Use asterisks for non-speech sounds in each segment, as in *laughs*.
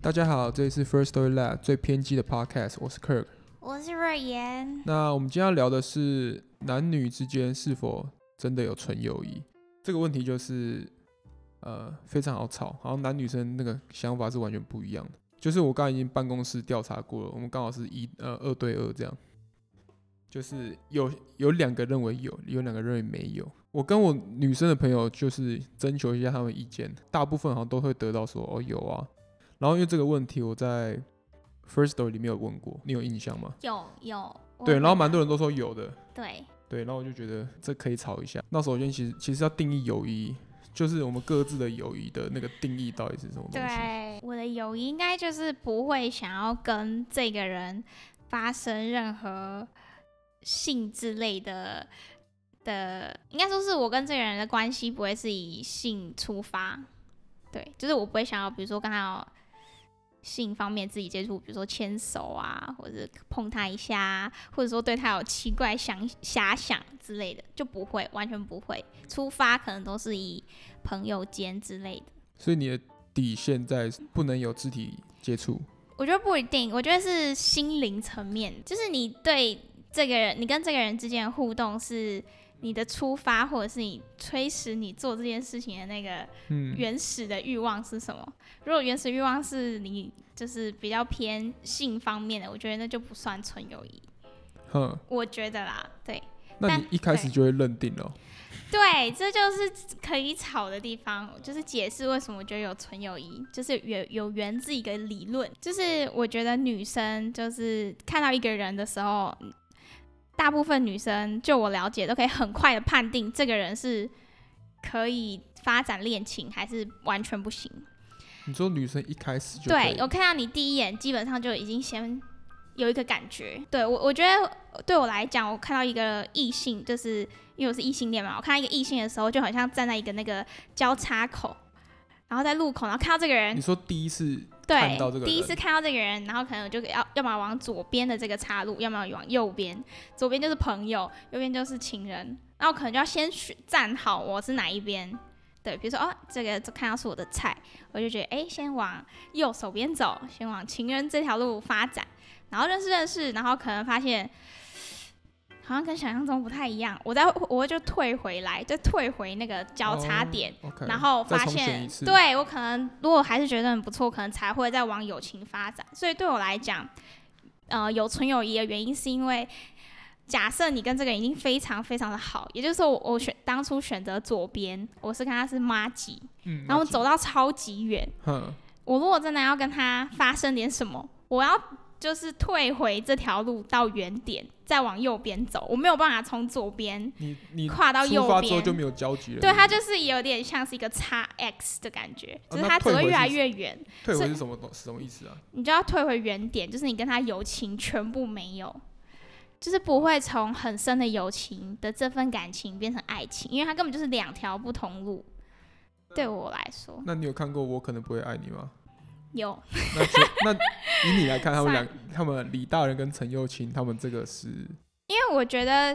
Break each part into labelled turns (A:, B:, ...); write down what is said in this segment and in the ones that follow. A: 大家好，这里是 First Story Lab 最偏激的 Podcast，我是 Kirk。
B: 我是瑞妍。
A: 那我们今天要聊的是男女之间是否真的有纯友谊这个问题，就是呃非常好吵，好像男女生那个想法是完全不一样的。就是我刚才已经办公室调查过了，我们刚好是一呃二对二这样，就是有有两个认为有，有两个认为没有。我跟我女生的朋友就是征求一下他们意见，大部分好像都会得到说哦有啊。然后因为这个问题我在 First Story 里面有问过，你有印象吗？
B: 有有。我
A: 对，
B: 有
A: 然后蛮
B: 看
A: 多人都说有的，
B: 到对
A: 对，然后我就觉得这可以吵一下。那首先，其实其实要定义友谊，就是我们各自的友谊的那个定义到底是什么东西？
B: 对，我的友谊应该就是不会想要跟这个人发生任何性之类的的，应该说是我跟这个人的关系不会是以性出发，对，就是我不会想要，比如说跟他有性方面自己接触，比如说牵手啊，或者碰他一下啊，或者说对他有奇怪想遐想之类的，就不会，完全不会。出发可能都是以朋友间之类的。
A: 所以你的底线在不能有肢体接触。
B: 我觉得不一定，我觉得是心灵层面，就是你对这个人，你跟这个人之间的互动是你的出发，或者是你催使你做这件事情的那个
A: 嗯，
B: 原始的欲望是什么？如果原始欲望是你就是比较偏性方面的，我觉得那就不算纯友谊，
A: 哼，
B: 我觉得啦，对
A: 那你
B: 但
A: 一开始
B: 对
A: 就会认定了哦。
B: 对，这就是可以吵的地方，就是解释为什么我觉得有纯友谊，就是源有源自一个理论，就是我觉得女生就是看到一个人的时候，嗯大部分女生就我了解都可以很快的判定这个人是可以发展恋情还是完全不行。
A: 你说女生一开始就可
B: 对
A: 以
B: 我看到你第一眼，基本上就已经先有一个感觉。对我，我觉得对我来讲，我看到一个异性，就是因为我是异性恋嘛，我看到一个异性的时候，就好像站在一个那个交叉口，然后在路口，然后看到这个人
A: 你，说第一次看
B: 对
A: 到这个，人
B: 第一次看到这个人，然后可能我就要要么往左边的这个岔路，要么往右边。左边就是朋友，右边就是情人，那我可能就要先选站好我是哪一边。对，比如说哦，这个看到是我的菜，我就觉得哎，先往右手边走，先往情人这条路发展，然后认识认识，然后可能发现好像跟想象中不太一样，我再我就退回来，就退回那个交叉点，
A: 哦，OK，
B: 然后
A: 再
B: 发
A: 重选
B: 现
A: 一，次
B: 对我可能如果还是觉得很不错，可能才会再往友情发展。所以对我来讲，呃，有纯友谊的原因是因为，假设你跟这个人已经非常非常的好，也就是说我我选当初选择左边，我是跟他是妈吉，
A: 嗯，
B: 然后
A: 那
B: 我
A: 几
B: 走，到超级远，
A: 哼，
B: 我如果真的要跟他发生点什么，我要就是退回这条路到原点，再往右边走，我没有办法从左边
A: 你你
B: 跨到右
A: 出发之后
B: 边
A: 就。没有交集了。
B: 对，它就是有点像是一个叉 X 的感觉，
A: 啊
B: 就是
A: 那
B: 它只
A: 退
B: 会
A: 回
B: 越
A: 是
B: 来
A: 什
B: 越远，
A: 退回
B: 所以
A: 是什么东什么意思啊？
B: 你就要退回原点，就是你跟他友情全部没有，就是不会从很深的友情的这份感情变成爱情，因为它根本就是两条不同路。对我来说，
A: 那你有看过《我可能不会爱你》吗？
B: 有
A: 那
B: *laughs*
A: 觉那以你来看，他们
B: 算
A: 两，他们李大人跟陈幼卿，他们这个是
B: 因为我觉得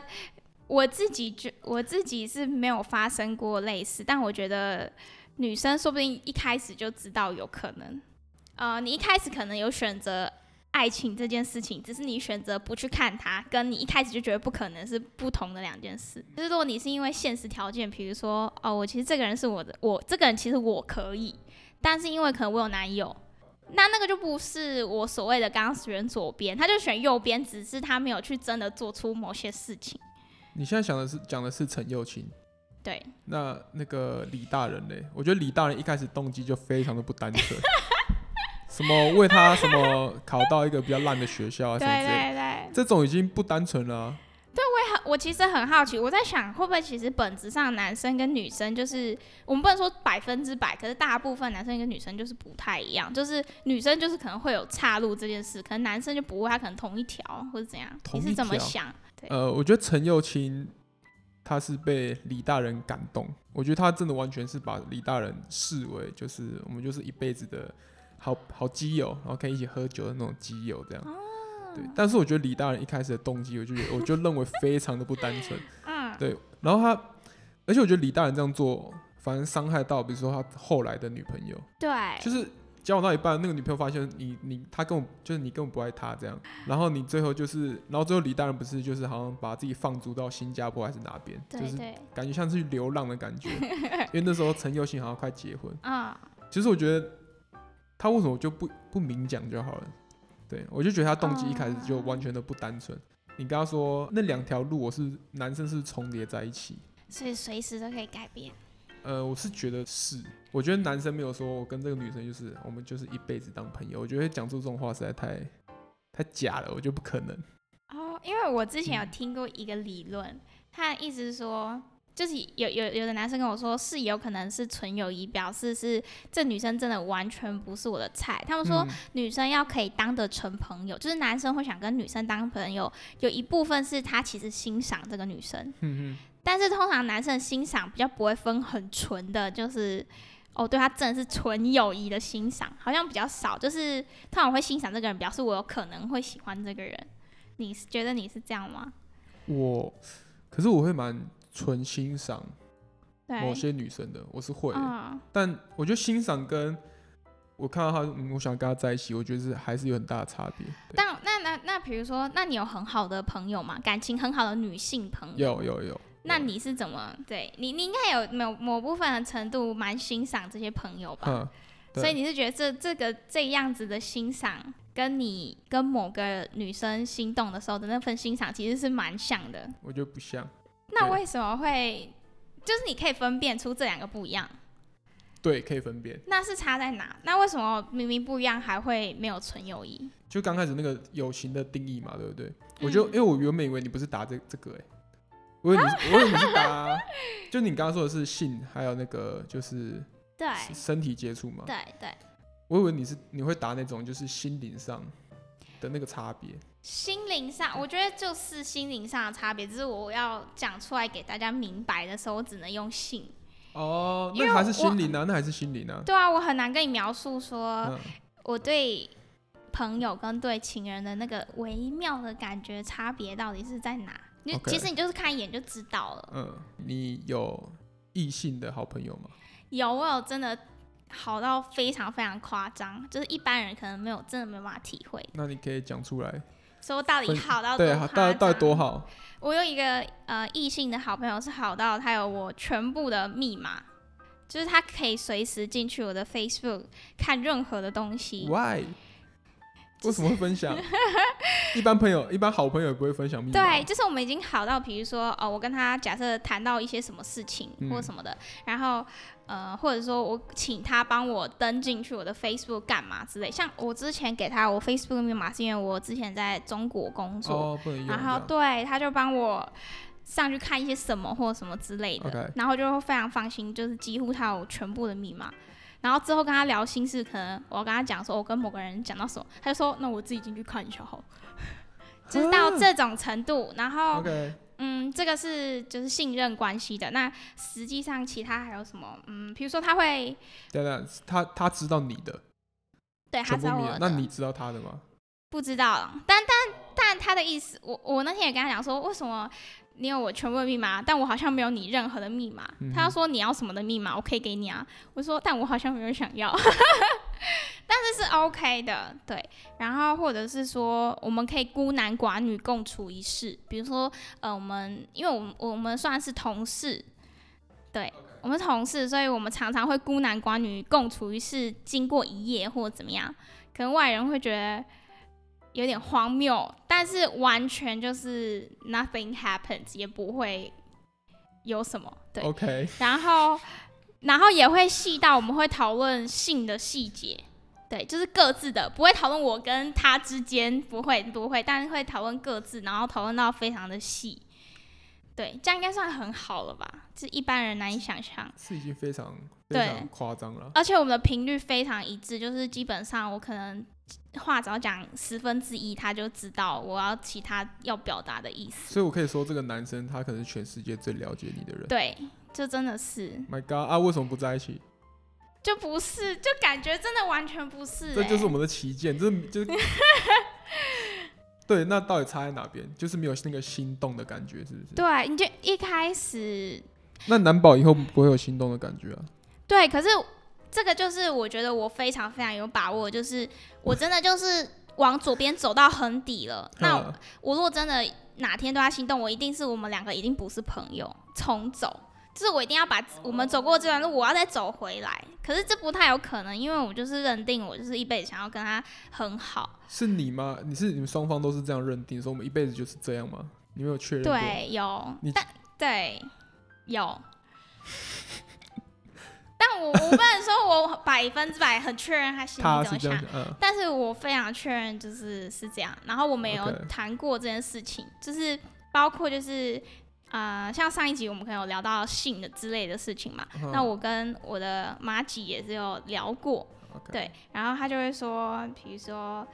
B: 我自己就我自己是没有发生过类似，但我觉得女生说不定一开始就知道有可能，呃，你一开始可能有选择爱情这件事情，只是你选择不去看它，跟你一开始就觉得不可能是不同的两件事。就是如果你是因为现实条件，比如说哦，我其实这个人是我的，我这个人其实我可以，但是因为可能我有男友，那那个就不是我所谓的刚刚选左边，他就选右边，只是他没有去真的做出某些事情。
A: 你现在想的是讲的是陈幼卿，
B: 对，
A: 那那个李大人嘞？我觉得李大人一开始动机就非常的不单
B: *laughs*
A: 纯，什么为他什么考到一个比较烂的学校啊
B: 对
A: 什么之类的，
B: 对对。
A: 这种已经不单纯了啊、
B: 我其实很好奇，我在想会不会其实本质上男生跟女生就是我们不能说百分之百，可是大部分男生跟女生就是不太一样，就是女生就是可能会有岔路这件事，可能男生就不会，他可能同一条或者怎样。
A: 同
B: 你
A: 一条
B: 是怎么想？对
A: 呃，我觉得陈幼卿他是被李大人感动，我觉得他真的完全是把李大人视为就是我们就是一辈子的好好基友，然后可以一起喝酒的那种基友这样。对，但是我觉得李大人一开始的动机，我就觉得我就认为非常的不单纯。
B: 嗯，
A: 对，然后他，而且我觉得李大人这样做，反而伤害到比如说他后来的女朋友，
B: 对，
A: 就是交往到一半，那个女朋友发现你你她根本就是你根本不爱她这样，然后你最后就是，然后最后李大人不是就是好像把自己放逐到新加坡还是哪边，
B: 对
A: 就是
B: 对，
A: 感觉像是流浪的
B: *laughs*
A: 感觉，因为那时候陈佑信好像快结婚，
B: 嗯，
A: 其实我觉得他为什么就不不明讲就好了？对我就觉得他动机一开始
B: 哦
A: 就完全的不单纯。你跟他说那两条路，我是男生是重叠在一起，
B: 所以随时都可以改变。
A: 呃，我是觉得是，我觉得男生没有说我跟这个女生就是我们就是一辈子当朋友，我觉得讲出这种话实在太太假了，我觉得不可能。
B: 哦，因为我之前有听过一个理论，他的意思是说，就是有有有的男生跟我说是有可能是纯友谊，表示是这女生真的完全不是我的菜。他们说
A: 嗯
B: 女生要可以当得成朋友，就是男生会想跟女生当朋友，有一部分是他其实欣赏这个女生，
A: 嗯哼
B: 但是通常男生的欣赏比较不会分很纯的，就是哦，对他真的是纯友谊的欣赏，好像比较少。就是通常会欣赏这个人，表示我有可能会喜欢这个人。你是觉得你是这样吗？
A: 哼，我可是我会蛮纯欣赏某
B: 对，
A: 些女生的，我是会的。
B: 哎嗯，
A: 但我觉得欣赏跟我看到他，嗯，我想跟他在一起，我觉得是还是有很大的差别。对
B: 但那那那，比如说，那你有很好的朋友吗？感情很好的女性朋友，
A: 有有有，
B: 那
A: 有
B: 你是怎么对你？你应该有某某部分的程度蛮欣赏这些朋友吧？
A: 嗯，对
B: 所以你是觉得这这个这样子的欣赏，跟你跟某个女生心动的时候的那份欣赏，其实是蛮像的。
A: 我觉得不像。
B: 那
A: 对
B: 为什么会？就是你可以分辨出这两个不一样，
A: 对，可以分辨。
B: 那是差在哪？那为什么明明不一样还会没有纯友谊？
A: 就刚开始那个友情的定义嘛，对不对？
B: 嗯
A: 我就因为我原本以为你不是打这这个、欸，我以
B: *laughs*
A: 为你是，我以为你是打，就你刚刚说的是性，还有那个就是
B: 对
A: 身体接触嘛。
B: 对对，
A: 我以为你是你会打那种就是心灵上的那个差别。
B: 心灵上，我觉得就是心灵上的差别，只是我要讲出来给大家明白的时候，我只能用性。
A: 哦，
B: 因为
A: 那还是
B: 我
A: 心灵啊，那还是心灵啊。
B: 对啊，我很难跟你描述说，
A: 嗯，
B: 我对朋友跟对情人的那个微妙的感觉差别到底是在哪？你
A: OK
B: 其实你就是看一眼就知道了。
A: 嗯，你有异性的好朋友吗？
B: 有我有真的好到非常非常夸张，就是一般人可能没有真的没有办法体会，
A: 那你可以讲出来，
B: 说到底
A: 分
B: 好到
A: 对，
B: 多
A: 好到
B: 夸
A: 底到底
B: 张
A: 多好？
B: 我有一个呃异性的好朋友是好到他有我全部的密码，就是他可以随时进去我的 Facebook 看任何的东西。
A: Why？为什么会分享？ *laughs* 一般朋友，一般好朋友也不会分享密码。
B: 对，，就是我们已经好到，比如说哦，我跟他假设谈到一些什么事情
A: 嗯
B: 或什么的，然后呃，或者说我请他帮我登进去我的 Facebook 干嘛之类。像我之前给他我 Facebook 密码，是因为我之前在中国工作，
A: 哦，不能用这
B: 然后
A: 样。
B: 对他就帮我上去看一些什么或什么之类的
A: OK
B: 然后就会非常放心，就是几乎他有全部的密码。然后之后跟他聊心事，可能我跟他讲说，我跟某个人讲到什么，他就说那我自己进去看一下好了， *laughs* 就是到这种程度。然后
A: 啊 OK，
B: 嗯，这个是就是信任关系的。那实际上其他还有什么？嗯，比如说他会
A: 等等，他他知道你的
B: 对他
A: 全部
B: 知道
A: 密
B: 我
A: 码
B: 的，
A: 那你知道他的吗？
B: 不知道，但但但他的意思，我我那天也跟他讲说，为什么你有我全部的密码，但我好像没有你任何的密码。
A: 嗯哼
B: 他说你要什么的密码，我可以给你啊。我说，但我好像没有想要， *laughs* 但是是 OK 的，对。然后或者是说，我们可以孤男寡女共处一室，比如说，呃，我们因为我们我们算是同事，对。我们是同事，所以我们常常会孤男寡女共处一室，经过一夜或怎么样，可能外人会觉得有点荒谬，但是完全就是 nothing happens，也不会有什么对。
A: OK，
B: 然后，然后也会细到我们会讨论性的细节，对，就是各自的，不会讨论我跟他之间，不会不会，但是会讨论各自，然后讨论到非常的细。对，这样应该算很好了吧？这一般人难以想象。
A: 是已经非常非
B: 对
A: 常夸张了。
B: 而且我们的频率非常一致，就是基本上我可能话只要讲十分之一，他就知道我要其他要表达的意思。
A: 所以我可以说，这个男生他可能是全世界最了解你的人。
B: 对，就真的是，
A: My God 啊，为什么不在一起？
B: 就不是，就感觉真的完全不是、欸。
A: 这就是我们的旗舰，这
B: *laughs*
A: 就是。对，那到底差在哪边？就是没有那个心动的感觉，是不是？
B: 对，你就一开始
A: 那难保以后不会有心动的感觉啊。
B: 对，可是这个就是我觉得我非常非常有把握，就是我真的就是往左边走到很底了。那
A: 嗯
B: 我如果真的哪天对他心动，我一定是我们两个一定不是朋友，重走。就是我一定要把我们走过这段路，我要再走回来。可是这不太有可能，因为我就是认定我就是一辈子想要跟他很好。
A: 是你吗？你是你们双方都是这样认定，说我们一辈子就是这样吗？你没有确认过？
B: 对，有
A: 你，
B: 但对
A: *laughs*
B: 有，但我我不能说我百分之百很确认他心
A: 他
B: 里怎
A: 是这
B: 么
A: 样
B: 想
A: 想，，嗯，
B: 但是我非常确认就是是这样。然后我们也有
A: OK
B: 谈过这件事情就是包括就是呃，像上一集我们可能有聊到性的之类的事情嘛。
A: 嗯
B: 那我跟我的妈吉也是有聊过
A: OK
B: 对，然后他就会说，比如说，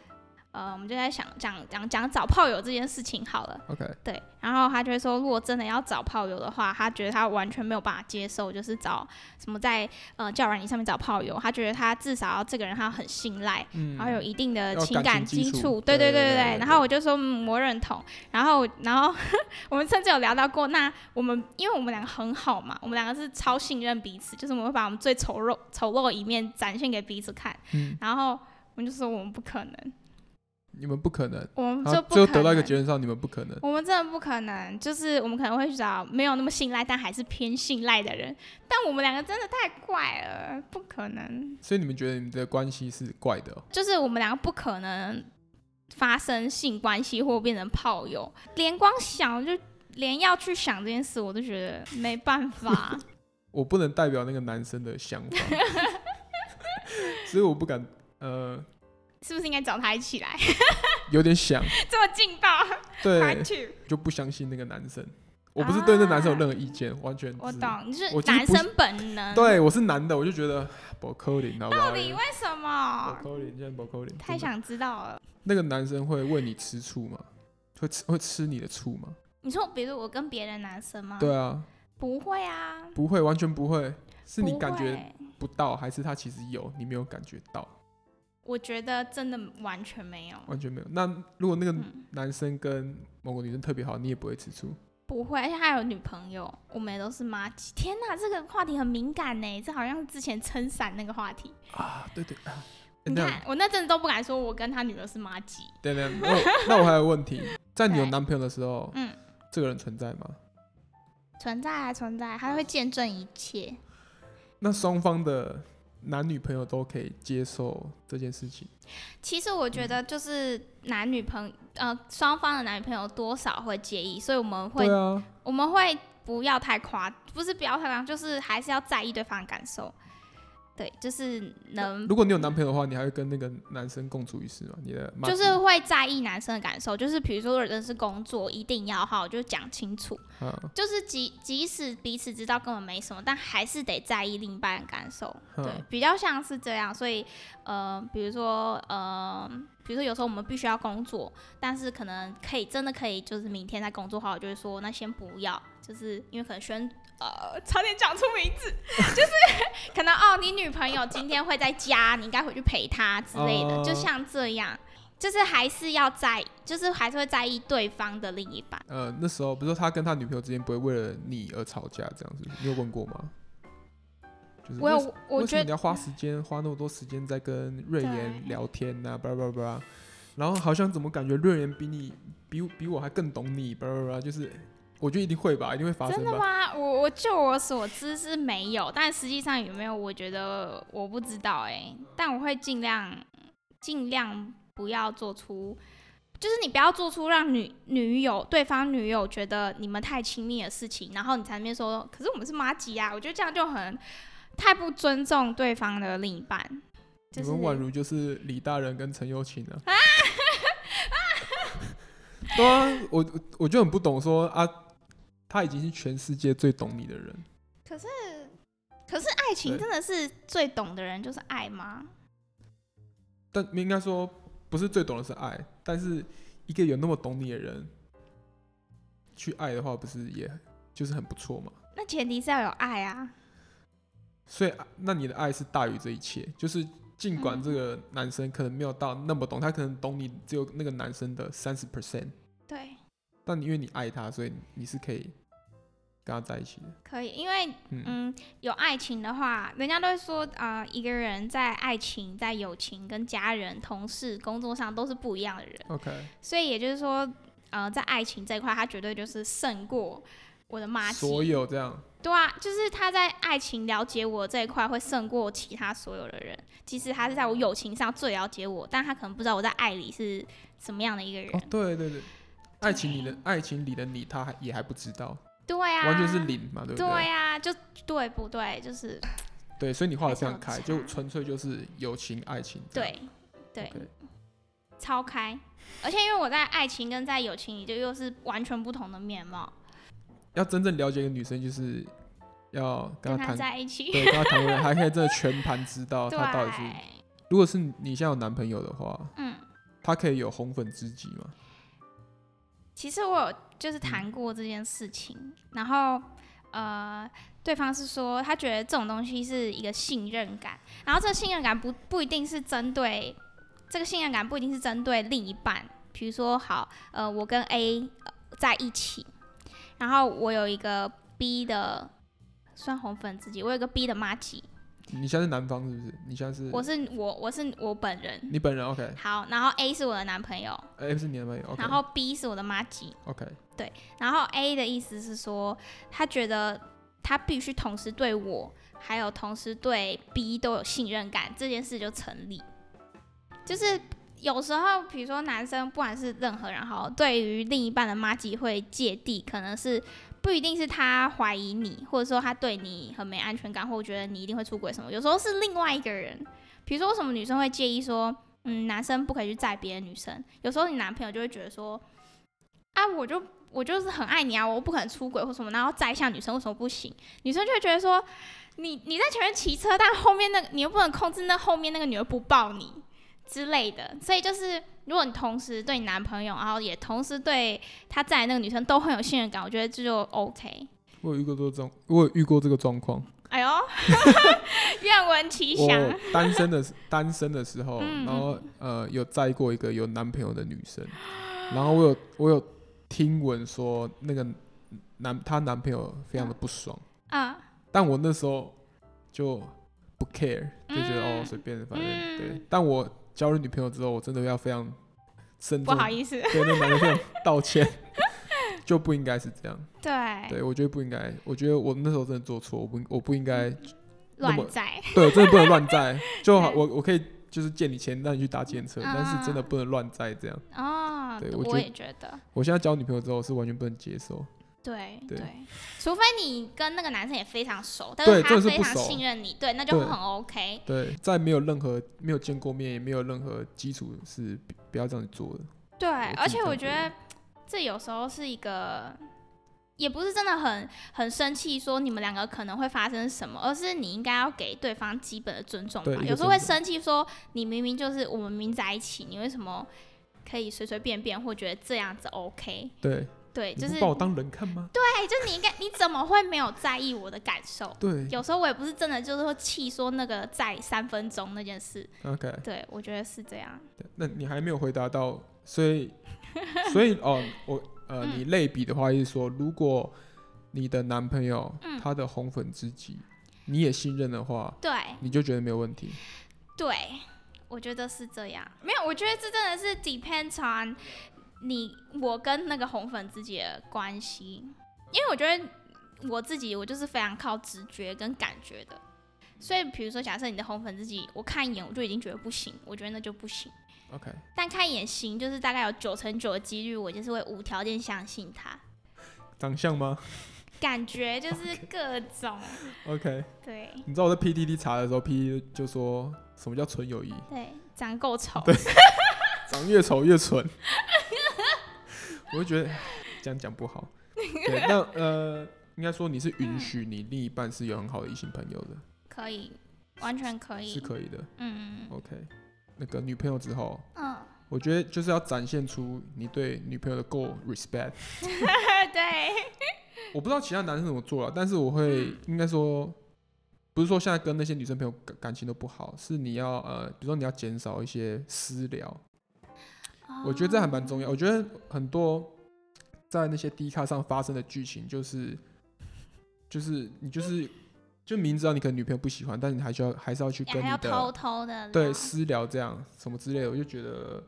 B: 呃，我们就在想讲讲讲找炮友这件事情好了，
A: OK，
B: 对，然后他就会说，如果真的要找炮友的话，他觉得他完全没有办法接受，就是找什么在呃交友软件上面找炮友，他觉得他至少要这个人他很信赖，
A: 嗯，
B: 然后有一定的
A: 要
B: 情
A: 感
B: 感
A: 情基
B: 基
A: 础
B: 础，对对
A: 对
B: 对
A: 对对
B: 对
A: 对
B: 对。然后我就说，嗯，我认同。然后，然后我们甚至有聊到过，那我们因为我们两个很好嘛，我们两个是超信任彼此，就是我们会把我们最丑陋丑陋的一面展现给彼此看。
A: 嗯
B: 然后我们就说我们不可能，
A: 你们不可能，
B: 我们
A: 然
B: 就
A: 后
B: 不
A: 啊最
B: 可
A: 后得到一个
B: 能。
A: 结论上，你们不可 *laughs* 能。
B: 我们真的不可能，就是我们可能会去找没有那么信赖，但还是偏信赖的人。但我们两个真的太怪了，不可能。
A: 所以你们觉得你们的关系是怪的哦、
B: 就是我们两个不可能发生性关系或变成炮友，连光想就连要去想这件事，我都觉得没办法。
A: 我不能代表那个男生的想
B: *laughs*
A: 法，所以我不敢，呃，
B: 是不是应该找他一起来？ *laughs*
A: 有点想，
B: 这么劲爆
A: 对
B: ，Part，Two，
A: 就不相信那个男生。我不是对那男生有任何意见，完全
B: 啊我
A: 是。
B: 懂，你是
A: 我就是
B: 男
A: 不
B: 生本能。，
A: 对，我是男的，我就觉得啊不扣零，好不好？
B: 到底为什么？
A: 扣零，现在不扣零。
B: 太想知道了。
A: 那个男生会喂你吃醋吗？会吃会吃你的醋吗？
B: 你说，比如我跟别的男生吗？，
A: 对啊，
B: 不会啊，
A: 不会，完全不会。是你
B: 不
A: 感觉
B: 会。
A: 不到，还是他其实有，你没有感觉到？
B: 我觉得真的完全没有，
A: 完全没有。那如果那个
B: 嗯，
A: 男生跟某个女生特别好，你也不会吃醋。
B: 不会，而且他有女朋友，我们也都是妈鸡。天哪，这个话题很敏感呢，这好像之前撑伞那个话题。
A: 啊，对对啊。
B: 你
A: 那
B: 看，我那阵子都不敢说我跟他女儿是妈鸡，
A: 等等，那我那我还有问题，在你有
B: 对
A: 男朋友的时候，
B: 嗯，
A: 这个人存在吗？
B: 存在啊存在，他会见证一切。
A: 那双方的男女朋友都可以接受这件事情，
B: 其实我觉得就是男女朋呃双方的男女朋友多少会介意，所以我们会、
A: 对啊，
B: 我们会不要太夸，不是不要太夸张，就是还是要在意对方的感受。对，就是能
A: 如果你有男朋友的话，你还会跟那个男生共处一室吗？你的妈
B: 就是会在意男生的感受，就是比如说，如果真的是工作，一定要好，就讲清楚。
A: 啊，
B: 就是即即使彼此知道根本没什么，但还是得在意另一半的感受。
A: 嗯
B: 对，比较像是这样。所以，呃，比如说，呃，比如说有时候我们必须要工作，但是可能可以真的可以，就是明天再工作的话，我就会说那先不要，就是因为可能宣呃差点讲出名字，就是 *laughs* 可能哦，你女朋友今天会在家，你应该回去陪她之类的，
A: 哦
B: 就像这样。就是还是要在，就是还是会在意对方的另一半。
A: 呃，那时候不是说他跟他女朋友之间不会为了你而吵架这样子，你有问过吗？就是
B: 我
A: 为什
B: 有，我
A: 为什么
B: 觉
A: 你
B: 得
A: 要花时间花那么多时间在跟瑞妍
B: 对
A: 聊天呐、巴拉巴拉巴拉，然后好像怎么感觉瑞妍比你比比我还更懂你，巴拉巴拉巴拉，就是我觉得一定会吧，一定会发
B: 真
A: 生
B: 的
A: 吧。
B: 吗？我我就我所知是没有，但实际上有没有，我觉得我不知道哎、但我会尽量尽量不要做出，就是你不要做出让女女友对方女友觉得你们太亲密的事情，然后你才那边说，可是我们是妈吉啊，我觉得这样就很太不尊重对方的另一半。就
A: 你
B: 是
A: 们宛如就是李大人跟陈友琴啊。对啊，我我我就很不懂说啊，他已经是全世界最懂你的人，
B: 可是可是爱情
A: 对
B: 真的是最懂的人就是爱吗？
A: 但应该说不是最懂的是爱，但是一个有那么懂你的人去爱的话，不是也就是很不错嘛？
B: 那前提是要有爱啊。
A: 所以，啊那你的爱是大于这一切，就是尽管
B: 嗯
A: 这个男生可能没有到那么懂，他可能懂你只有那个男生的三十 percent，
B: 对，
A: 但你因为你爱他，所以你是可以跟他在一起的。
B: 可以，因为
A: 嗯
B: 嗯，有爱情的话，人家都会说，啊，一个人在爱情、在友情、跟家人、同事、工作上都是不一样的人，
A: OK，
B: 所以也就是说，呃，在爱情这一块，他绝对就是胜过我的妈
A: 所
B: 鸡。
A: 有这样
B: 对啊，就是他在爱情了解我这一块会胜过其他所有的人。即使他是在我友情上最了解我，但他可能不知道我在爱里是什么样的一个人。
A: 哦，对对对，爱情里的爱情里的你，他还也还不知道，
B: 对啊，
A: 完全是零嘛，对不
B: 对
A: 对？
B: 啊，就对不对？就是
A: 对，所以你画的非常
B: 还
A: 开，
B: 是有
A: 就纯粹就是友情、爱情这样。
B: 对对
A: OK
B: 超开。而且因为我在爱情跟在友情里就又是完全不同的面貌，
A: 要真正了解一个女生，就是要跟
B: 跟
A: 她
B: 他
A: 谈，
B: 在一起，
A: 对，跟她谈恋爱，还可以真的全盘知道
B: *laughs*
A: 她到底是。
B: 对，
A: 如果是你现在有男朋友的话，
B: 嗯，
A: 他可以有红粉知己吗？
B: 其实我有就是谈过这件事情，
A: 嗯
B: 然后呃，对方是说他觉得这种东西是一个信任感，然后这个信任感不不一定是针对这个信任感不一定是针对另一半，比如说好呃，我跟 A 呃在一起，然后我有一个 B 的算红粉知己，我有一个 B 的妈吉，
A: 你现在是男方是不是？你现在是
B: 我是我我是我本人，
A: 你本人 OK，
B: 好，然后 A 是我的男朋友，
A: 哎，不是你男朋友 OK，
B: 然后 B 是我的妈吉。
A: OK，
B: 然后 A 的意思是说，他觉得他必须同时对我，还有同时对 B 都有信任感，这件事就成立。就是有时候，比如说男生，不管是任何人哈，对于另一半的妈吉会芥蒂，可能是不一定是他怀疑你，或者说他对你很没安全感，或觉得你一定会出轨什么，有时候是另外一个人。比如说，为什么女生会介意说，嗯，男生不可以去载别的女生？有时候你男朋友就会觉得说，啊，我就我就是很爱你啊，我不可能出轨或什么，然后再向女生为什么不行？女生就会觉得说，你你在前面骑车，但后面那个你又不能控制那后面那个女的不抱你之类的，所以就是如果你同时对你男朋友，然后也同时对他在那个女生都很有信任感，我觉得这就 OK。
A: 我有遇过这种，我有遇过这个状况。
B: 哎呦， *laughs* 愿闻其详。
A: 我单身的时单身的时候，
B: 嗯
A: 然后呃有载过一个有男朋友的女生，然后我有我有听闻说那个男她男朋友非常的不爽，
B: 嗯
A: 但我那时候就不 care，就觉得、
B: 嗯
A: 哦随便，反正、
B: 嗯
A: 对。但我交了女朋友之后，我真的要非常慎
B: 不
A: 重，
B: 好意思，
A: 对那男朋友道歉， *laughs* 就不应该是这样。
B: 对，
A: 对我觉得不应该，我觉得我那时候真的做错，我不我不应该那么
B: 乱载，
A: 对，我真的不能乱
B: *laughs*
A: 载。就好
B: 对
A: 我我可以就是借你钱让你去搭检车，
B: 啊
A: 但是真的不能乱载这样。
B: 哦
A: 对，我觉
B: 我
A: 得
B: 也觉得。
A: 我现在交女朋友之后是完全不能接受，
B: 对
A: 对
B: 除非你跟那个男生也非常熟，但
A: 对
B: 是他
A: 真的是
B: 非
A: 不
B: 常
A: 熟
B: 信任你，对，那就
A: 对
B: 很 OK。
A: 对，在没有任何没有见过面，也没有任何基础是不不要这样子做的。
B: 对，而
A: 自己
B: 且我
A: 这
B: 觉
A: 样
B: 得这有时候是一个，也不是真的很很生气，说你们两个可能会发生什么，而是你应该要给对方基本的尊重
A: 对
B: 吧
A: 一。个
B: 有时候会
A: 尊重
B: 生气，说你明明就是我们明在一起，你为什么可以随随便便或觉得这样子 OK？
A: 对，你
B: 对，欸就
A: 不
B: 是
A: 把我当人看吗？对
B: 哎，就你应该你怎么会没有在意我的感受？有时候我也不是真的就是会气说那个在三分钟那件事，
A: o k
B: 对我觉得是这样。
A: 那你还没有回答到，所以所
B: *laughs*
A: 以哦，我呃，
B: 嗯
A: 你类比的话，就是说，如果你的男朋友、
B: 嗯
A: 他的红粉知己，你也信任的话，
B: 对
A: 你就觉得没有问题。
B: 对，我觉得是这样。没有，我觉得这真的是 depends on 你我跟那个红粉自己的关系，因为我觉得我自己我就是非常靠直觉跟感觉的。所以，比如说，假设你的红粉自己，我看一眼我就已经觉得不行，我觉得那就不行。
A: OK，
B: 但看一眼行，就是大概有九成九的几率，我就是会无条件相信他。
A: 长相吗
B: 感觉就是各种
A: ？OK，
B: 对
A: 你知道我在 PTT 查的时候，PTT 就说什么叫纯友谊，
B: 对，长够丑，
A: 长越丑越蠢。 *laughs* 我就觉得这样讲不好。对，那呃，应该说你是允许你另一半是有很好的异性朋友的，
B: *laughs* 可以，完全可以
A: 是，可以的。
B: 嗯
A: OK，那个女朋友之后，
B: 嗯，
A: 我觉得就是要展现出你对女朋友的够 respect。
B: 嗯 *laughs* 对，
A: 我不知道其他男生怎么做了，但是我会应该说，不是说现在跟那些女生朋友感感情都不好，是你要呃，比如说你要减少一些私聊，
B: 哦
A: 我觉得这还蛮重要。我觉得很多在那些低咖上发生的剧情，就是就是你就是就明知道你可能女朋友不喜欢，但你还需要还是要去跟
B: 还
A: 你
B: 要偷
A: 的
B: 偷的
A: 对私聊这样什么之类的，我就觉得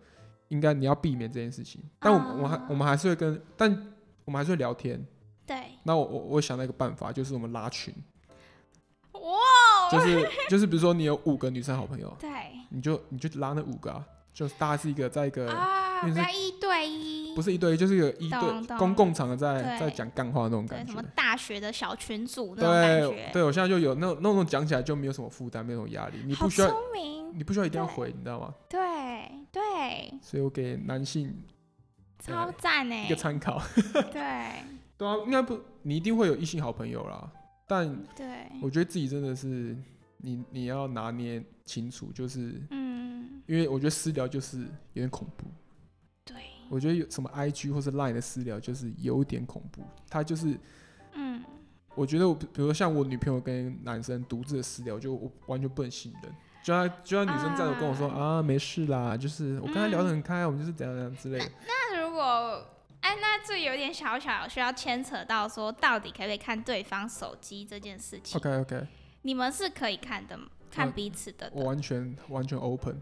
A: 应该你要避免这件事情。但我们我们
B: 哦
A: 还我们还是会跟，但我们还是会聊天。
B: 对，
A: 那我我我想到一个办法，就是我们拉群，
B: 哇，
A: 就是就是比如说你有五个女生好朋友，
B: 对
A: 你就你就拉那五个、啊，就是大家是一个在一个、
B: 啊，
A: 因为
B: 不
A: 是
B: 要一对一，
A: 不是一对一，就是有一
B: 懂
A: 对
B: 懂
A: 公共场合在
B: 对
A: 在讲干话那种
B: 对
A: 感
B: 什
A: 觉
B: 么。大学的小群组那种
A: 对
B: 感觉，
A: 对，我现在就有那种那种讲起来就没有什么负担，没有什么压力，你
B: 好
A: 不需要
B: 聪明，
A: 你不需要一定要
B: 对
A: 回，你知道吗？
B: 对对，
A: 所以我给男性
B: 超赞哎
A: 一个，参考。 *laughs*
B: 对
A: 对啊，应该不，你一定会有异性好朋友啦，
B: 嗯
A: 但
B: 对，
A: *laughs* 我觉得自己真的是你你要拿捏清楚，就是
B: 嗯，
A: 因为我觉得私聊就是有点恐怖。
B: 对，
A: 我觉得有什么 IG 或是 Line 的私聊就是有点恐怖，它就是
B: 嗯，
A: 我觉得我比比如说像我女朋友跟男生独自的私聊，就我完全不能信任。就像就像女生站着跟我说啊没事啦，就是我跟她聊得很开，我们就是怎样怎样之类的。
B: 那如果哎，那这有点小小需要牵扯到说，到底可不可以看对方手机这件事情？
A: OK OK，
B: 你们是可以看的吗，看
A: 嗯
B: 彼此的的
A: 我完全完全 open。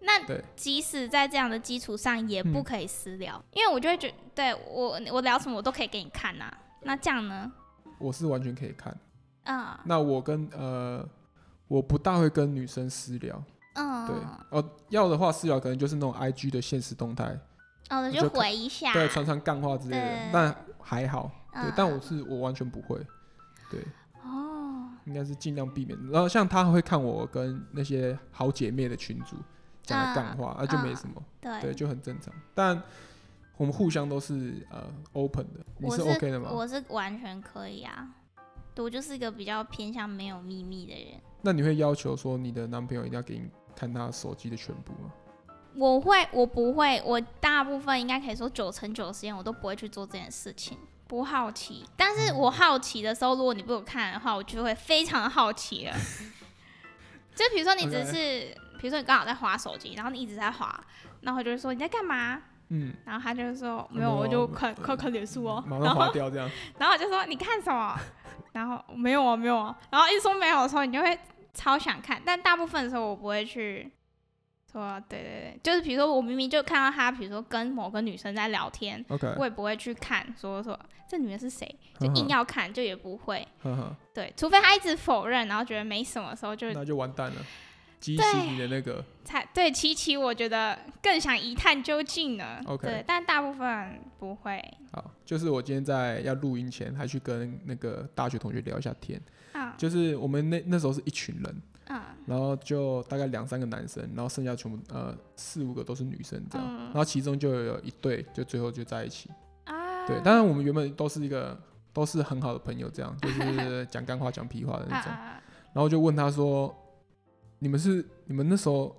B: 那
A: 对
B: 即使在这样的基础上，也不
A: 嗯
B: 可以私聊，因为我就会觉对我我聊什么我都可以给你看呐、那这样呢？
A: 我是完全可以看。
B: 嗯
A: 那我跟呃，我不大会跟女生私聊，
B: 嗯，
A: 对，哦，要的话私聊可能就是那种 IG 的现实动态，
B: 哦，
A: 我就
B: 就
A: 可
B: 回一下，
A: 对，传传干话之类的
B: 对，
A: 但还好，对
B: 嗯，，
A: 但我是我完全不会，对，
B: 哦，
A: 应该是尽量避免。然后像她会看我跟那些好姐妹的群主讲的干
B: 啊
A: 话，那、啊就没什么，
B: 对，
A: 对，就很正常。但我们互相都是呃 open 的，你
B: 我
A: OK 的吗？
B: 我是完全可以啊，对我就是一个比较偏向没有秘密的人。
A: 那你会要求说你的男朋友一定要给你看他手机的全部吗？
B: 我会，我不会，我大部分应该可以说九成九的时间我都不会去做这件事情，不好奇。但是我好奇的时候，如果你不给我看的话，我就会非常好奇了。就比如说你只
A: OK
B: 是，比如说你刚好在划手机，然后你一直在划，然后我就会说你在干嘛？
A: 嗯，
B: 然后他就说
A: 没
B: 没有，
A: 有
B: 我就
A: 我
B: 快快看脸书哦。
A: 马
B: 然
A: 上划
B: 后
A: 掉这样。
B: 然后我就说你看什么？ *laughs* 然后没有啊，没有啊。然后一说没有的时候，你就会超想看，但大部分的时候我不会去说，对对对，就是比如说我明明就看到他，比如说跟某个女生在聊天，
A: OK，
B: 我也不会去看，说说这女人是谁，就
A: 呵呵
B: 硬要看，就也不会。
A: 呵呵，
B: 对，除非他一直否认，然后觉得没什么的时候就
A: 那就完蛋了，激起
B: 对
A: 你的那个
B: 才对琪琪，我觉得更想一探究竟呢。
A: OK
B: 对，但大部分不会
A: 好，就是我今天在要录音前还去跟那个大学同学聊一下天，
B: 啊，
A: 就是我们那那时候是一群人，
B: 嗯
A: 然后就大概两三个男生，然后剩下全部呃四五个都是女生这样，
B: 嗯
A: 然后其中就有一对就最后就在一起，
B: 啊，
A: 对，当然我们原本都是一个都是很好的朋友这样，就是讲干话讲屁话的
B: 啊
A: 那种，
B: 啊
A: 然后就问他说，你们是你们那时候。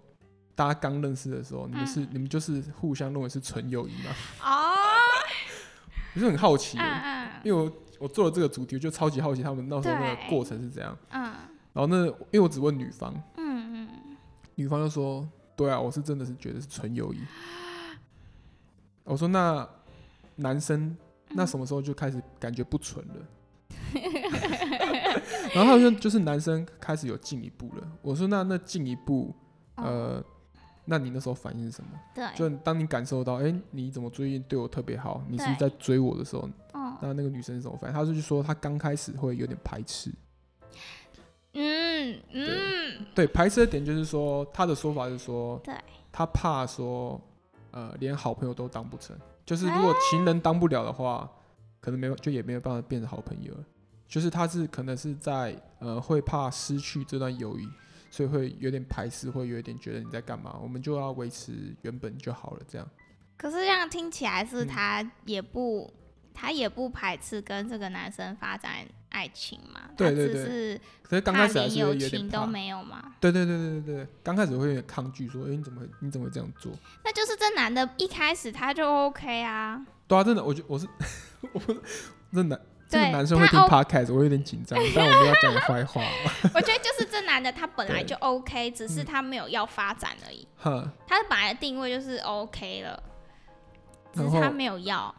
A: 大家刚认识的时候，你们
B: 嗯
A: 是、你们就是互相认为是纯友谊吗？ *laughs*
B: 啊
A: 我就很好
B: 哦，
A: 奇，
B: 嗯嗯。
A: 因为我我做了这个主题，我就超级好奇他们那时候那个
B: 对
A: 过程是怎样。
B: 嗯
A: 然后呢，因为我只问女方，
B: 嗯
A: 女方就说：“对啊，我是真的是觉得是纯友
B: *gasps*
A: 谊。”我说：“那男生那什么时候就开始感觉不纯
B: *laughs*
A: 了？”然后他就就是男生开始有进一步了。我说：“那那进一步，
B: 哦
A: 呃，那你那时候反应是什么？
B: 嗯，对，
A: 就当你感受到，哎、你怎么最近对我特别好？你是不是在
B: 对
A: 追我的时候，
B: 哦，
A: 那那个女生是怎么反应？她就是说她刚开始会有点排斥，
B: 嗯嗯，
A: 对，排斥的点就是说她的说法是说，
B: 对，
A: 她怕说呃连好朋友都当不成，就是如果情人当不了的话，可能没有就也没有办法变成好朋友了。就是她是可能是在呃会怕失去这段友谊，所以会有点排斥，会有一点觉得你在干嘛，我们就要维持原本就好了这样。
B: 可是这样听起来是
A: 嗯
B: 他也不，他也不排斥跟这个男生发展爱情嘛，
A: 对
B: 他
A: 对对
B: 只是
A: 可是刚
B: 怕
A: 开始还
B: 连
A: 是会
B: 友
A: 有点
B: 情都
A: 怕，
B: 没有嘛。
A: 对对对对对对，刚开始会有点抗拒，说，哎、你怎么会你怎么会这样做？
B: 那就是这男的一开始他就
A: *laughs*
B: OK 啊，
A: 对啊，真的，我觉我是我不是这男这个
B: 对
A: 男生会
B: 他哦
A: 听
B: O-
A: podcast，我有点紧张，但我没有讲你坏话。 *laughs*
B: 我觉得就是这男的他本来
A: 对
B: 就 OK，只是
A: 嗯
B: 他没有要发展而已，
A: 哈，
B: 他本来的定位就是 OK 了，只
A: 然
B: 是
A: 后
B: 他没有要。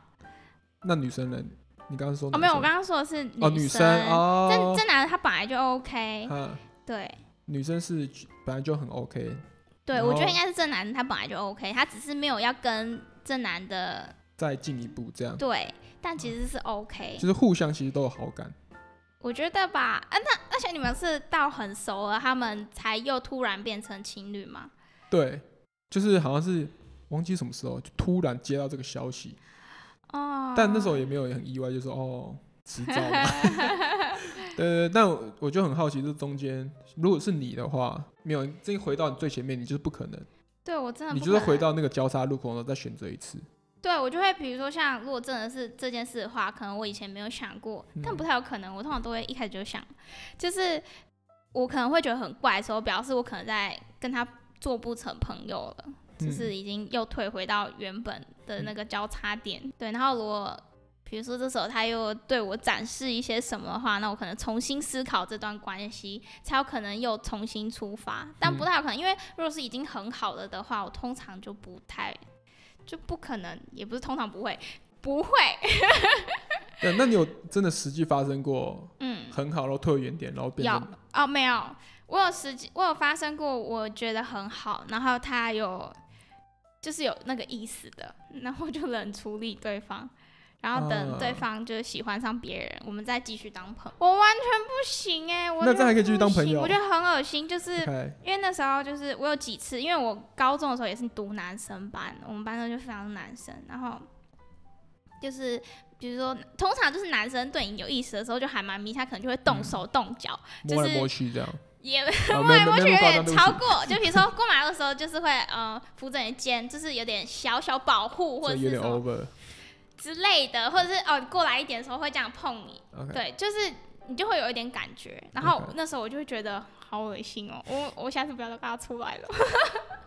A: 那女生呢？你刚刚说
B: 哦，没有，我
A: 男
B: 刚刚说的是
A: 生哦女
B: 女
A: 生哦，
B: 这这男的他本来就 OK，
A: 啊
B: 对
A: 女生是本来就很 OK，
B: 对，
A: 然
B: 我觉得
A: 后
B: 应该是这男的他本来就 OK，他只是没有要跟这男的
A: 再进一步这样，
B: 对，但其实是 OK，
A: 就是互相其实都有好感。
B: 我觉得吧，啊，那而且你们是到很熟了，他们才又突然变成情侣吗？
A: 对，就是好像是忘记什么时候，就突然接到这个消息，
B: 哦，
A: 但那时候也没有很意外，就说哦，迟
B: *laughs*
A: 早嘛。对对对，但我我就很好奇，这中间如果是你的话，没有，这回到你最前面，你就是不可能，
B: 对我真的
A: 你
B: 不
A: 就是
B: 可
A: 回
B: 能啊
A: 到那个交叉路口，然后再选择一次。
B: 对我就会比如说像如果真的是这件事的话，可能我以前没有想过，但
A: 嗯
B: 不太有可能。我通常都会一开始就想，就是我可能会觉得很怪的时候，表示我可能在跟他做不成朋友了，就
A: 嗯
B: 是已经又退回到原本的那个交叉点。对，然后如果比如说这时候他又对我展示一些什么的话，那我可能重新思考这段关系，才有可能又重新出发。但不
A: 嗯
B: 太有可能，因为如果是已经很好了的话，我通常就不太就不可能，也不是通常不会，不会，
A: 对，那你有真的实际发生过
B: 嗯，
A: 很好，然后退远点，然后变
B: 要
A: 成
B: 哦，没有，我有实际，我有发生过，我觉得很好，然后他有就是有那个意思的，然后就冷处理对方。然后等对
A: 啊
B: 方就是喜欢上别人，我们再继续当朋友。我完全不行哎、我
A: 那
B: 真
A: 这
B: 的
A: 还可以继续
B: 不
A: 当朋
B: 行
A: 友
B: 我觉得很恶心。就是
A: 开
B: 因为那时候就是我有几次，因为我高中的时候也是读男生班，我们班上就非常多男生，然后就是比如说，通常就是男生对你有意思的时候就还蛮迷，他可能就会
A: 嗯
B: 动手动脚，
A: 摸
B: 就
A: 来
B: 是
A: 摸去这
B: *laughs*
A: 样？
B: 也
A: 啊
B: 摸
A: 没
B: 来
A: 有
B: 摸
A: 没有
B: 去
A: 那么夸
B: 有
A: 张，
B: 点
A: 对
B: 超
A: 不起，
B: 过，就比如说过马路的时候就是会呃扶着你的肩，就是有点小小保护或
A: 这
B: 者
A: 有
B: 是
A: 点
B: 什么
A: over。
B: 之类的，或者是哦你过来一点的时候会这样碰你，
A: OK，
B: 对，就是你就会有一点感觉，然后
A: OK
B: 那时候我就会觉得好恶心哦，我我下次不要再跟他出来了。 *laughs*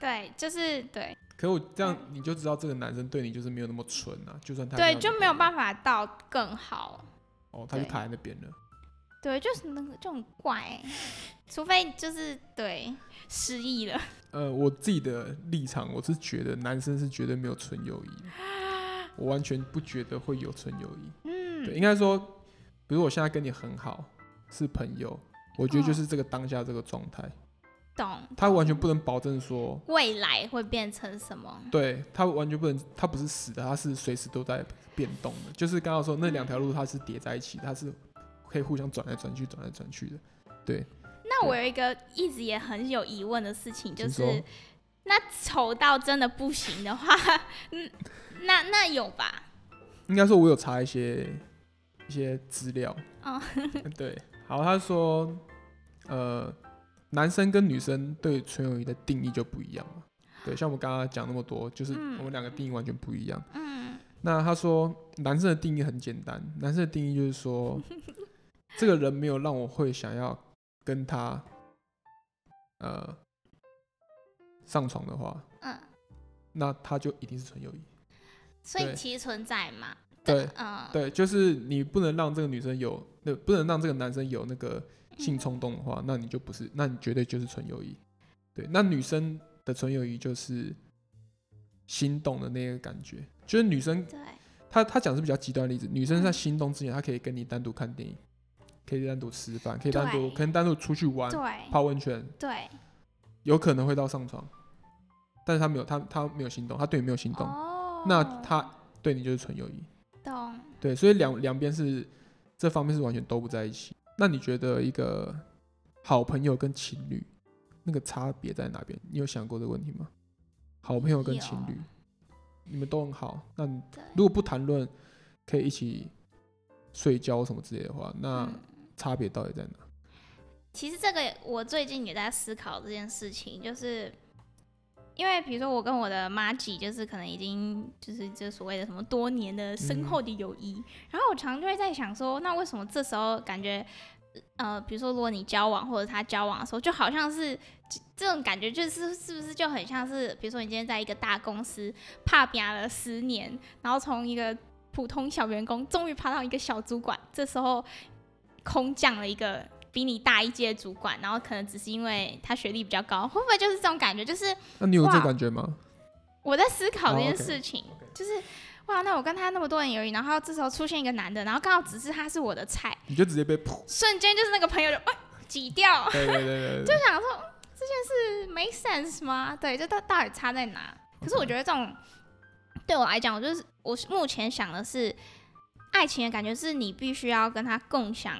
B: 对，就是对
A: 可我这样你就知道这个男生对你就是没有那么纯啊，就算他
B: 对，就没有
A: 法
B: 办法到更好。
A: 哦，他就
B: 对
A: 卡在那边了。
B: 对，就是那个这种怪欸、除非就是对失忆了。
A: 呃，我自己的立场，我是觉得男生是绝对没有纯友谊的，我完全不觉得会有纯友谊。对，
B: 嗯，
A: 应该说，比如我现在跟你很好，是朋友，我觉得就
B: 嗯
A: 是这个当下这个状态，
B: 懂。
A: 他完全不能保证说，
B: 未来会变成什么？
A: 对他完全不能，他不是死的，他是随时都在变动的。就是刚刚说那两条路，它是叠在一起，它是可以互相转来转去、转来转去的。
B: 那我有一个一直也很有疑问的事情，就
A: 请说
B: 是那丑到真的不行的话， *laughs* 嗯，那那有吧？
A: 应该说，我有查一些一些资料。
B: 哦 *laughs*
A: 对，好，他说，呃，男生跟女生对纯友谊的定义就不一样嘛。对，像我们刚刚讲那么多，就是
B: 嗯
A: 我们两个定义完全不一样。
B: 嗯，
A: 那他说，男生的定义很简单，男生的定义就是
B: *laughs*
A: 说，这个人没有让我会想要跟他，呃，上床的话，
B: 嗯，
A: 那他就一定是纯友谊。
B: 所以
A: 对
B: 其实存在嘛。
A: 对，
B: 嗯，
A: 对，就是你不能让这个女生有，那不能让这个男生有那个
B: 嗯
A: 性冲动的话，那你就不是，那你绝对就是纯友谊。对，那女生的纯友谊就是心动的那个感觉，就是女生
B: 对，
A: 她她讲的是比较极端的例子，女生
B: 嗯
A: 在心动之前，她可以跟你单独看电影，可以单独吃饭，可以单独
B: 对
A: 可能单独出去玩，
B: 对，
A: 泡温泉，
B: 对，
A: 有可能会到上床，但是她没有，她她没有心动，她对你没有心动，
B: 哦，
A: 那她对你就是纯友谊。
B: 懂。
A: 对，所以两两边是这方面是完全都不在一起。那你觉得一个好朋友跟情侣那个差别在哪边？你有想过这个问题吗？好朋友跟情
B: 有
A: 侣，你们都很好，那你
B: 对，
A: 如果不谈论可以一起睡觉什么之类的话，那
B: 嗯
A: 差别到底在哪？
B: 其实这个也我最近也在思考这件事情，就是因为比如说我跟我的妈吉，就是可能已经就是这所谓的什么多年的深厚的友谊，然后我常常就会在想说，那为什么这时候感觉呃，比如说如果你交往或者他交往的时候，就好像是这这种感觉，就是是不是就很像是比如说你今天在一个大公司怕啪了十年，然后从一个普通小员工终于爬到一个小主管，这时候空降了一个比你大一届的主管，然后可能只是因为他学历比较高，会不会就是这种感觉？就是
A: 那你有这
B: 哇
A: 感觉吗？
B: 我在思考
A: 哦
B: 这件
A: ，OK，
B: 事情，就是哇，那我跟他那么多人友谊，然后这时候出现一个男的，然后刚好只是他是我的菜，
A: 你就直接被
B: *laughs*
A: 扑。
B: 瞬间就是那个朋友就喂挤掉，
A: 对对对对
B: 就
A: 对，
B: 想说嗯这件事没 sense 吗？对，就到到底差在哪？可是我觉得这种对我来讲，我就是我是目前想的是，爱情的感觉是你必须要跟他共享，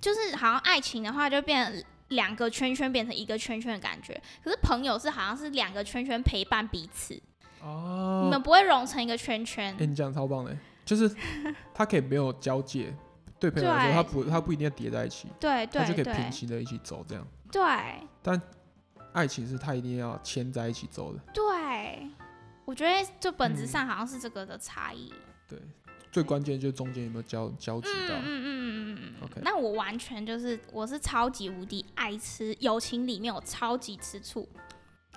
B: 就是好像爱情的话就变成两个圈圈变成一个圈圈的感觉，可是朋友是好像是两个圈圈陪伴彼此，你
A: 哦
B: 们，不会融成一个圈圈
A: 哎、。你讲得超棒的，就是他可以没有交界，对朋友来说，
B: *laughs* 对
A: 他不他不一定要叠在一起，
B: 对
A: 他
B: 对
A: 就可以
B: 对
A: 平行的一起走这样。
B: 对
A: 爱情是他一定要牵在一起走的，
B: 对，我觉得就本质上好像是这个的差异。
A: 对，最关键就是中间有没有交交集
B: 嗯
A: 到
B: 嗯。嗯嗯嗯
A: OK
B: 嗯。那我完全就是，我是超级无敌爱吃，友情里面我超级吃醋，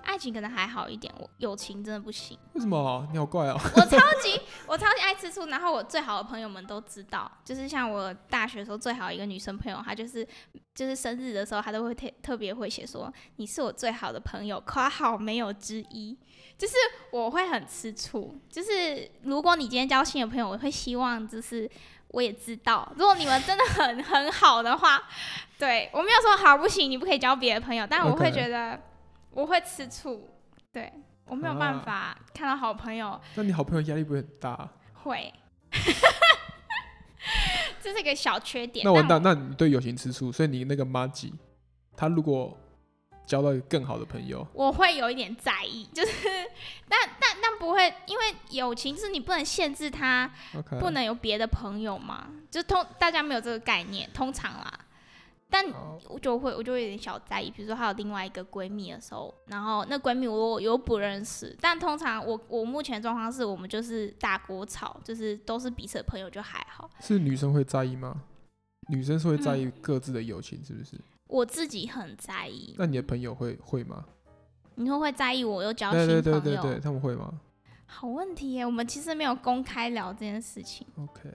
B: 爱情可能还好一点，我友情真的不行，
A: 为什么？你好怪哦、 *laughs*
B: *laughs* 我超级我超级爱吃醋，然后我最好的朋友们都知道，就是像我大学的时候最好一个女生朋友，她就是就是生日的时候，她都会特特别会写说你是我最好的朋友，夸好没有之一，就是我会很吃醋，就是如果你今天交新的朋友，我会希望就是。我也知道，如果你们真的很很好的话， *laughs* 对我没有说好不行，你不可以交别的朋友，但我会
A: OK
B: 觉得我会吃醋，对我没有办
A: 啊
B: 法看到好朋友
A: 那你好朋友压力不会很大、啊
B: 会， *laughs* 这是一个小缺点。
A: 那我那
B: 但
A: 那你对友情吃醋，所以你那个妈吉，他如果交到一个更好的朋友，
B: 我会有一点在意，就是但但但不会，因为友情是你不能限制他，
A: OK，
B: 不能有别的朋友嘛，就通大家没有这个概念，通常啦。但
A: 好
B: 我就会我就会有点小在意，比如说还有另外一个闺蜜的时候，然后那闺蜜我又不认识，但通常我我目前的状况是我们就是大锅炒，就是都是彼此的朋友就还好。
A: 是女生会在意吗？女生是会在意
B: 嗯
A: 各自的友情，是不是？
B: 我自己很在意，
A: 那你的朋友会会吗？
B: 你会不会在意我又交新
A: 对
B: 朋
A: 对
B: 友？
A: 对对对，他们会吗
B: 好问题耶，我们其实没有公开聊这件事情。
A: ？OK，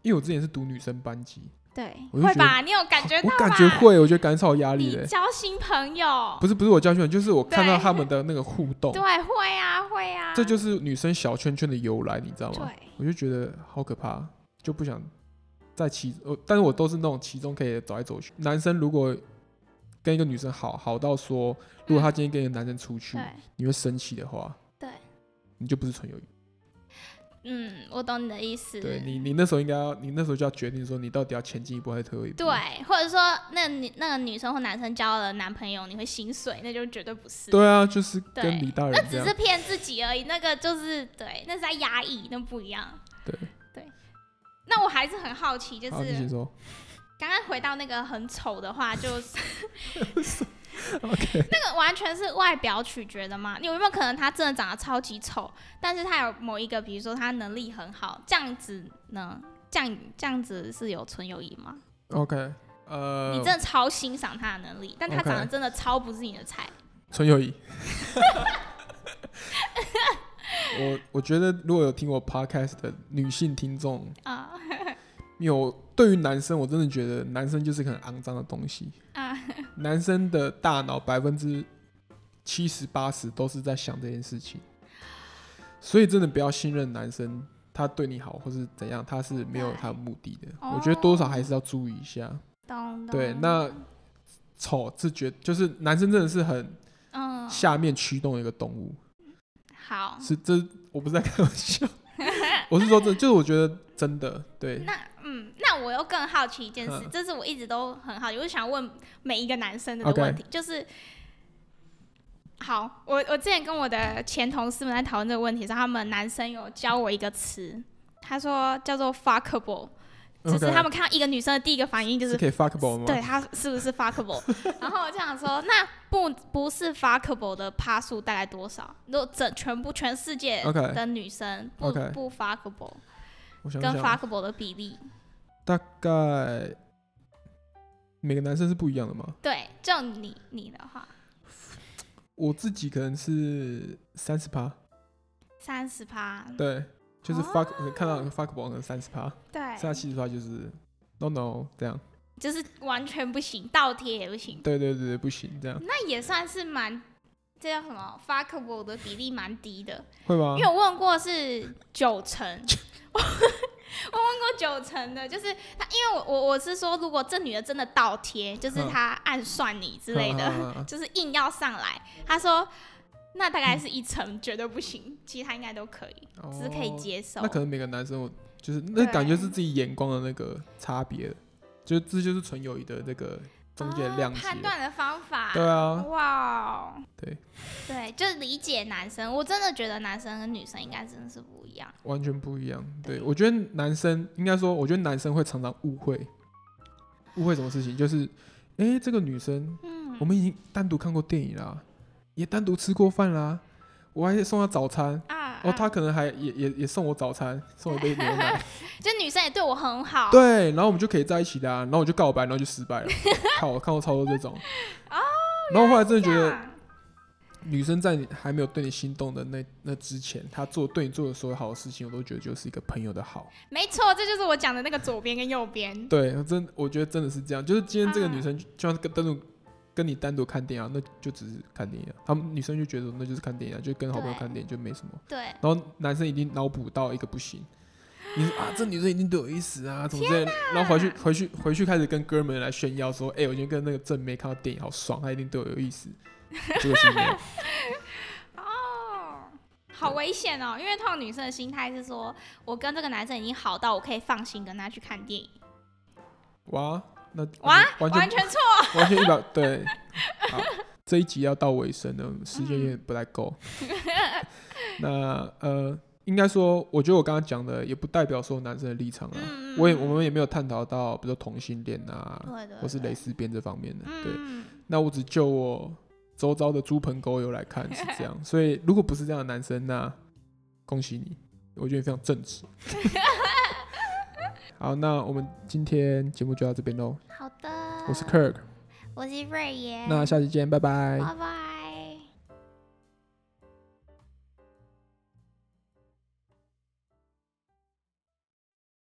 A: 因为我之前是读女生班级，
B: 对，
A: 我就
B: 会
A: 觉得
B: 吧？你有感觉到
A: 我
B: 吧？
A: 感觉会，我觉得感受压力
B: 你
A: 嘞。
B: 交新朋友，
A: 不是不是我教训，就是我看到
B: 对
A: 他们的那个互动，
B: 对，会啊，会啊。
A: 这就是啊女生小圈圈的由来，你知道吗？
B: 对，
A: 我就觉得好可怕，就不想在其呃，但是我都是那种其中可以走来走去。男生如果跟一个女生好好到说，如果他今天跟一个男生出去，
B: 对
A: 你会生气的话，
B: 对，
A: 你就不是纯友谊。
B: 嗯，我懂你的意思。
A: 对你，你那时候应该要，你那时候就要决定说，你到底要前进一步还是退后一步。
B: 对啊或者说那女那个女生或男生交了男朋友，你会心碎，那就绝对不是。
A: 对啊，就是
B: 对
A: 跟李大
B: 那
A: 人这
B: 只
A: 样
B: 是。骗自己而已，那个就是对，那是在压抑，那不一样。
A: 对
B: 对，那我还是很好奇，就
A: 好，你
B: 是
A: 先
B: *laughs*
A: 说。
B: 刚刚回到那个很丑的话，就是
A: OK，
B: 那个完全是外表取决的吗？你有没有可能他真的长得超级丑，但是他有某一个，比如说他能力很好，这样子呢？这样这样子是有纯友谊吗？
A: OK，呃，
B: 你真的超欣赏他的能力，但他
A: OK
B: 长得真的超不是你的菜。
A: 纯友谊。 *laughs* 我我觉得如果有听我 podcast 的女性听众，
B: 啊、 *laughs*
A: 因为我对于男生，我真的觉得男生就是个很肮脏的东 *laughs* 西。
B: 啊，
A: 男生的大脑百分之七十八十都是在想这件事情，所以真的不要信任男生，他对你好或是怎样，他是没有他的目的的。
B: 哦
A: 我觉得多少还是要注意一下。
B: *laughs* 懂懂。
A: 对，那丑自觉就是男生真的是很
B: 嗯，
A: 下面驱动的一个动物。
B: 好，
A: 是这，我不是在开玩
B: *laughs*
A: 笑，我是说这，就是我觉得真的对，
B: 那嗯，那我又更好奇一件事，
A: 嗯
B: 这是我一直都很好奇，我就想问每一个男生的问题就是。好，我我之前跟我的前同事们在讨论这个问题的时候，他们男生有教我一个词，他说叫做 fuckable，就是他们看到一个女生的第一个反应就
A: OK，是
B: 是
A: 可以 fuckable 吗？
B: 对她是不是 fuckable，
A: *laughs*
B: 然后我就想说，那不不是 fuckable 的趴数大概多少？如果整全部全世界
A: OK
B: 的女生不
A: OK
B: 不 fuckable
A: 我想
B: 跟
A: 想，
B: fuckable 的比例，
A: 大概每个男生是不一样的嘛。
B: 对，就你你的话，
A: 我自己可能是三十趴，
B: 三十趴，
A: 对，就是 fuck、呃
B: 哦
A: 看到 fuckable 可能三十趴，
B: 对
A: 剩下七十趴就是 no no 这样，
B: 就是完全不行，倒贴也不行，
A: 对对对对，不行这样。
B: 那也算是蛮这叫什么 fuckable 的比例蛮低的，
A: 会吗
B: 因？为我问过是九成，
A: *laughs*
B: 我问过九成的，就是他，因为我我我是说，如果这女的真的倒贴，就是
A: 嗯
B: 她暗算你之类的，
A: 的，
B: 就是硬要上来，他说那大概是一成，绝对不行，其他应该都可以， *laughs* 只是可以
A: 哦
B: 接受
A: 那。可能每个男生我就是那感
B: 啊
A: 觉是自己眼光的那个差别，就这就是纯友谊的那个中间的
B: 哦
A: 量级
B: 判
A: 了。
B: 断的方法，
A: 对啊，
B: 哇、哦，
A: 对
B: 对，就是理解男生，我真的觉得男生跟女生应该真的是不一样。
A: 完全不一样。对，我觉得男生应该说，我觉得男生会常常误会，误会什么事情？就是，诶，这个女生
B: 嗯，
A: 我们已经单独看过电影啦，也单独吃过饭啦，我还送她早餐，
B: 啊，
A: 哦，
B: 啊
A: 她可能还也也也送我早餐，送我一杯牛奶，
B: 就女生也对我很好，
A: 对，然后我们就可以在一起啊啦、然后我就告白，然后就失
B: *laughs*
A: 败了。看我看过超多这种，
B: 哦
A: 然后后来真的
B: 这
A: 觉得
B: 样
A: 女生在你还没有对你心动的那那之前，她做对你做的所有好的事情，我都觉得就是一个朋友的好。
B: 没错，这就是我讲的那个左边跟右边。
A: 对，真我觉得真的是这样，就是今天这个
B: 啊
A: 女生就就像跟单独跟你单独看电影、啊，那就只是看电影、啊。她们女生就觉得那就是看电影、啊，就跟好朋友
B: 对
A: 看电影就没什么。
B: 对，
A: 然后男生已经脑补到一个不行，你说啊，这女生一定对我有意思啊，怎么之类的，然后回去回去回去开始跟哥们来炫耀说，哎、我今天跟那个正妹看到电影好爽，她一定对我有意思，结果是没有， *laughs*
B: 哦，好危险哦，因为通常女生的心态是说，我跟这个男生已经好到我可以放心跟他去看电影。
A: 哇，那
B: 哇，
A: 完
B: 完
A: 全
B: 全错，
A: 完全一百对，
B: *laughs*
A: 好，这一集要到尾声了，时间有
B: 嗯
A: 点不太够，那呃，应该说，我觉得我刚刚讲的也不代表所有男生的立场啊，
B: 嗯，嗯
A: 我也
B: 嗯
A: 我们也没有探讨到，比如说同性恋啊，
B: 对对，
A: 或是
B: 对
A: 蕾，丝边这方面的，对。
B: 嗯，
A: 那我只就我周遭的猪朋狗友来看是这样，所以如果不是这样的男生，那恭喜你，我觉得你非常正直。好，那我们今天节目就到这边喽。
B: 好的，
A: 我是 Kirk，
B: 我是瑞妍，
A: 那下期见，拜拜。
B: 拜拜。